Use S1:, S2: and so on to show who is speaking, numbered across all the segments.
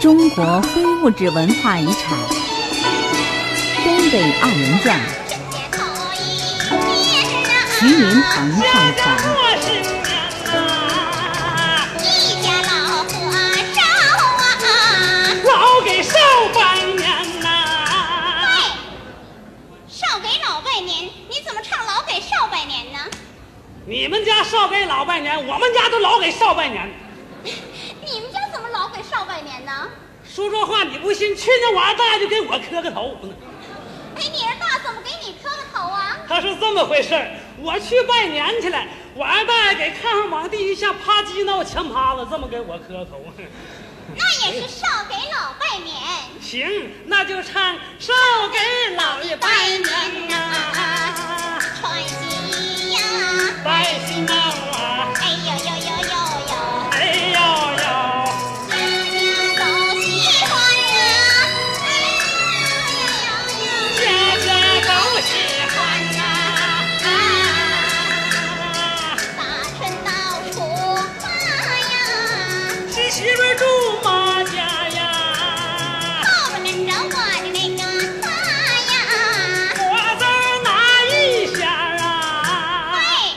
S1: 中国非物质文化遗产《东北二人转》，徐云鹏上传。
S2: 一家老火烧啊，
S3: 老给少百年呐、
S2: 少给老拜年，你怎么唱老给少拜年呢？
S3: 你们家少给老拜年，我们家都老给少拜年。
S2: 你们家怎么老给少拜年呢？
S3: 说说话你不信？去年我二大爷就给我磕个头呢。
S2: 哎，你儿大怎么给你磕个头啊？
S3: 他是这么回事儿，我去拜年去了，我二大爷给炕上往地一下，啪叽闹墙趴了，这么给我磕头。
S2: 那也是少给老拜年。
S3: 行，那就唱少给老爷拜年呐、
S2: 穿西呀，
S3: 拜新郎啊，
S2: 哎呦呦呦呦呦，
S3: 哎呦
S2: 家家都喜欢啊，哎呀
S3: 呦，家家都喜
S2: 欢呐、大
S3: 啊。
S2: 春到处发呀，
S3: 是媳妇住马家呀，
S2: 抱着跟着我的那个他呀，
S3: 果子儿拿一匣儿啊。
S2: 哎，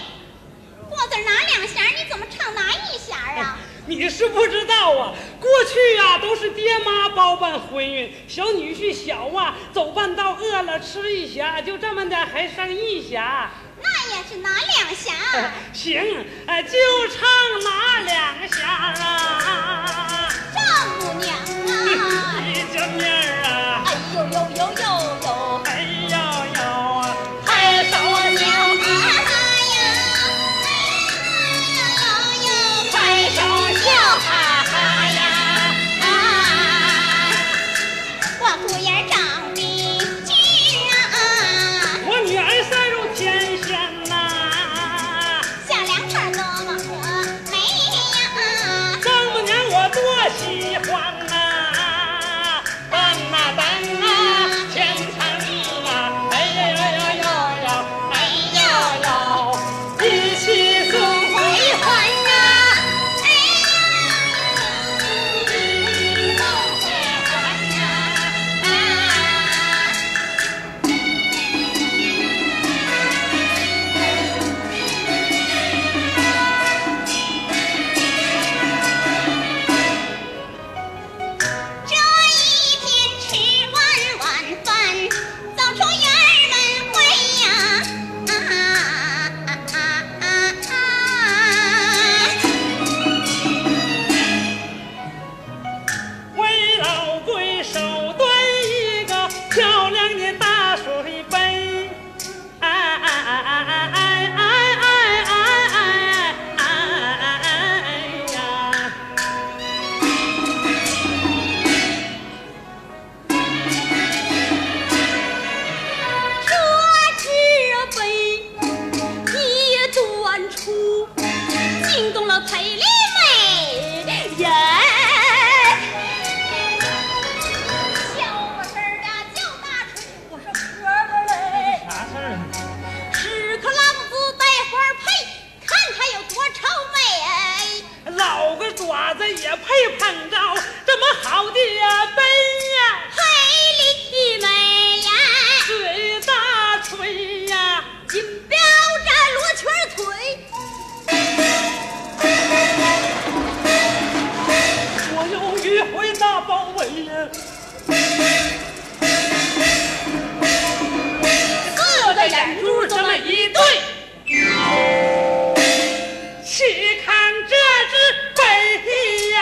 S2: 过子儿拿两弦儿，你怎么唱拿一弦儿啊？
S3: 你是不知道啊，过去啊都是爹妈包办婚姻，小女婿小啊走半道饿了吃一匣，就这么的还剩一匣。
S2: 那也是拿两弦儿，
S3: 行，哎，就唱拿两匣啊，
S2: 丈母娘啊，
S3: 一见面啊，
S2: 哎呦呦呦呦呦，
S3: 哎呦呦啊，拍手
S2: 啊
S3: 娘
S2: 呀，哎呦呦呦呦，
S3: 拍手笑哈啊哈呀。
S2: 啊，我姑爷长得俊啊，
S3: 我女儿赛入天仙呐、
S2: 小两口多么和美呀，
S3: 丈母娘我多喜欢呐、搬呐搬呐，天成啊，哎呀呀呀呀呀，哎呀呀，一起送
S2: 回
S3: 回
S2: 魂呐，哎呀，梦回魂呐，啊，这一天吃完晚饭，走出院门回呀，啊啊啊啊啊！
S3: 为老贵手端一个漂亮的大水杯，哎哎哎哎哎哎哎哎哎哎呀！
S2: 这纸杯一端出，惊动了赔礼美人。小我声儿啊叫大厨，我说哥们儿嘞，
S3: 啥事儿？
S2: 屎壳郎子带花配，看他有多臭美哎。
S3: 老个爪子也配捧着这么好的杯呀，
S2: 赔礼美呀，
S3: 水大锤呀，
S2: 金标战罗裙儿腿。
S3: 我有迂回大包围呀，
S2: 四个眼珠这么一对，
S3: 岂看这只杯呀，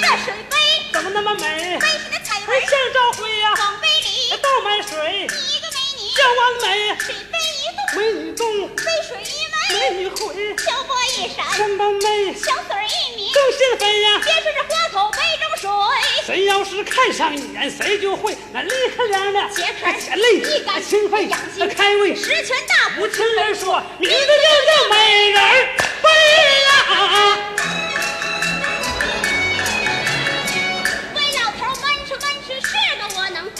S2: 这水杯
S3: 怎么那么美？
S2: 杯是那彩
S3: 还
S2: 纹，
S3: 像朝晖哎呀，
S2: 往杯里
S3: 倒满水，
S2: 一个美女，
S3: 这完美，
S2: 水杯一动，
S3: 美女动，
S2: 杯水一
S3: 美
S2: 闷，
S3: 女回，
S2: 小波一闪，
S3: 三班妹，
S2: 小嘴儿一抿，
S3: 正心飞呀。
S2: 接着是花口杯中水，
S3: 谁要是看上一眼，谁就会那立刻凉的
S2: 解渴
S3: 前累，
S2: 益
S3: 啊
S2: 肝
S3: 清肺，
S2: 养心
S3: 啊开胃。
S2: 十全大补
S3: 我。听人说，名字就叫美人儿杯呀。
S2: 为老头闷吃闷吃，是个窝囊废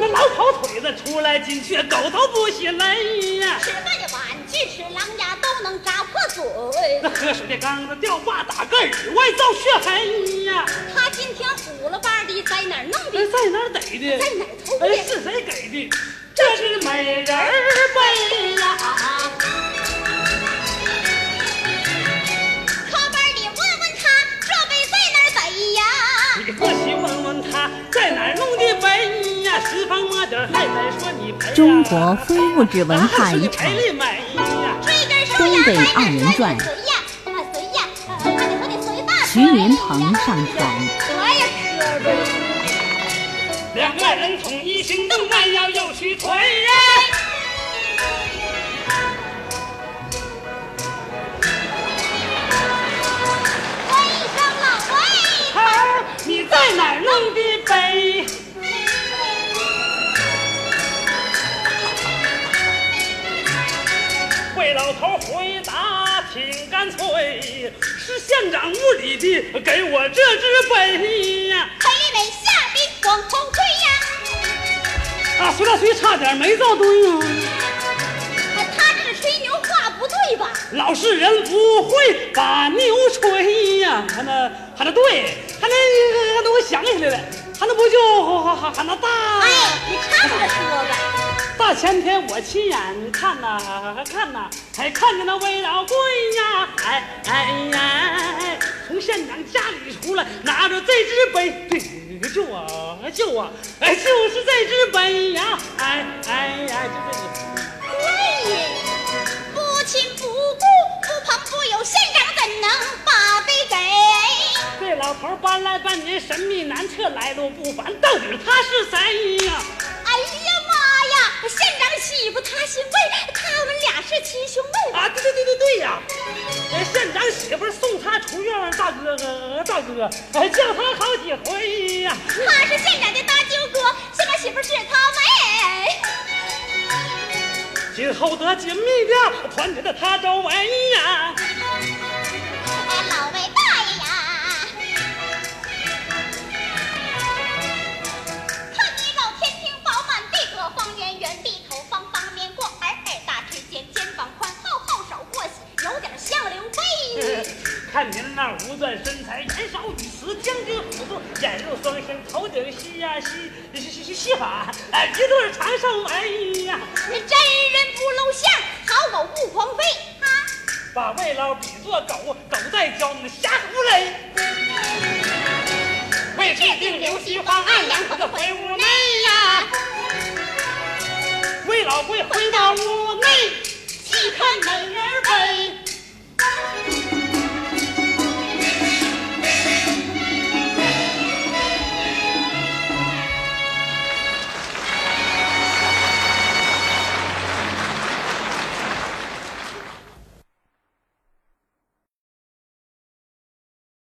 S3: 那。老跑腿子出来进去，狗都不稀累呀。
S2: 吃饭的碗，锯齿狼牙都能扎破水
S3: 那。喝水的缸子掉把打个里外造血痕呀，
S2: 他今天补了半的，在哪儿弄的？
S3: 那在哪儿逮的？
S2: 在哪儿偷的
S3: 哎，是谁给的？这是美人儿
S2: 哎
S3: 呗。
S2: 呀！靠班里问问他，这杯在哪儿逮呀？
S3: 你过去问问他在哪儿弄的呗呀，十方摸底儿还得说你赔呀。
S1: 中国非物质文化遗产
S3: 哪是你赔的买呀？
S2: 追根收牙，
S1: 东北
S2: 还
S1: 二
S2: 得
S1: 人
S2: 随
S1: 转
S2: 呀，啊随呀，啊还得还得随吧。
S1: 徐云鹏上传。
S2: 可哎呀，哥们儿。
S3: 两个人统一行动，慢腰又屈腿呀。
S2: 问一声哎老哎魏，
S3: 儿，你在哪儿弄的呗？魏老头回答挺干脆，是县长屋里的给我这只杯呀。
S2: 黑尾下的广红盔呀，
S3: 啊，说到谁差点没造对哎呀、
S2: 啊他这是吹牛话不对吧？
S3: 老实人不会把牛吹呀，还那还那对，还那还那我想起来了，还那不就还还还那大。
S2: 哎，你唱着说吧。
S3: 大前天我亲眼看呐、看呐、还看着那魏老贵呀，哎哎呀，哎从县长家里出来，拿着这只杯，对，就我就我，哎，就是这只杯呀，哎哎呀，就这只。
S2: 哎呀，不亲不故，不朋不友，县长怎能把杯给？哎
S3: 这老头儿搬来半年，神秘难测，来路不凡，到底他是谁呀？
S2: 哎呀妈呀，县长喜不他心胃，他们俩是亲兄妹。
S3: 啊，对对对对对呀！哎，县长媳妇儿送他出院儿，大哥哥大哥，哎，叫他好几回呀。
S2: 他是县长的大舅哥，县长媳妇是他妹。
S3: 今后得紧密的团结在他周围呀。
S2: 哎，老魏大爷呀，看你绕天庭饱满，地阁方圆圆，地头方方面过耳耳大之间，肩膀宽厚后手握膝，有点像刘备。
S3: 看您那五段身材，言少语迟，将军虎肚，眼露双星，头顶西呀、西西西西西法，哎，一对长寿眉呀，
S2: 真人不露相，好狗不狂吠啊！
S3: 把魏老比作狗，狗在教你瞎胡勒。为制定刘西方案，两口子回屋内呀，魏老贵回到屋内。